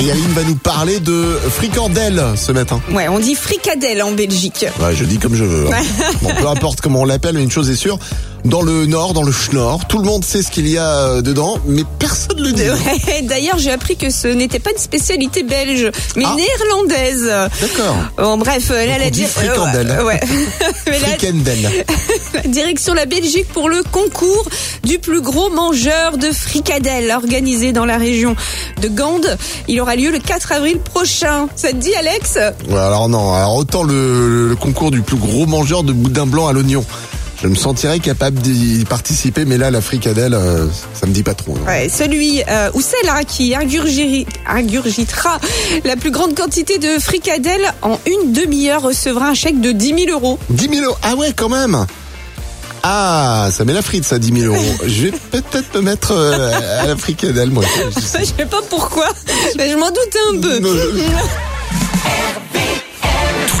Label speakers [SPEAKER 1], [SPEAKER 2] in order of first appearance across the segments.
[SPEAKER 1] Et Aline va nous parler de fricandelle ce matin.
[SPEAKER 2] Ouais, on dit fricadelle en Belgique.
[SPEAKER 1] Ouais, je dis comme je veux. hein. Bon, peu importe comment on l'appelle, mais une chose est sûre. Dans le nord, dans le schnorr, tout le monde sait ce qu'il y a euh, dedans, mais personne ne le dit.
[SPEAKER 2] Ouais, D'ailleurs, j'ai appris que ce n'était pas une spécialité belge, mais
[SPEAKER 1] Ah.
[SPEAKER 2] néerlandaise.
[SPEAKER 1] D'accord.
[SPEAKER 2] Bon, bref, euh, là,
[SPEAKER 1] Donc
[SPEAKER 2] la
[SPEAKER 1] on dit
[SPEAKER 2] di-
[SPEAKER 1] fricandelle. hein.
[SPEAKER 2] euh, ouais. Mais la-
[SPEAKER 1] Fricandelle.
[SPEAKER 2] la direction la Belgique pour le concours du plus gros mangeur de fricadelles organisé dans la région de Gand. Il aura lieu le 4 avril prochain. Ça te dit, Alex
[SPEAKER 1] Ouais, alors non, alors autant le, le concours du plus gros mangeur de boudin blanc à l'oignon. Je me sentirais capable d'y participer, mais là, la fricadelle, euh, ça me dit pas trop. non.
[SPEAKER 2] Ouais, celui euh, ou celle hein, qui ingurgiri- ingurgitera la plus grande quantité de fricadelles en une demi-heure recevra un chèque de 10 000 euros.
[SPEAKER 1] 10 000 euros. Ah ouais, quand même. Ah, ça met la frite, ça, 10 000 euros. Je vais peut-être me mettre euh, à la fricadelle, moi.
[SPEAKER 2] Je sais pas pourquoi, mais je m'en doutais un peu.
[SPEAKER 1] Non, je-
[SPEAKER 3] Tous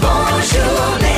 [SPEAKER 4] bonjour les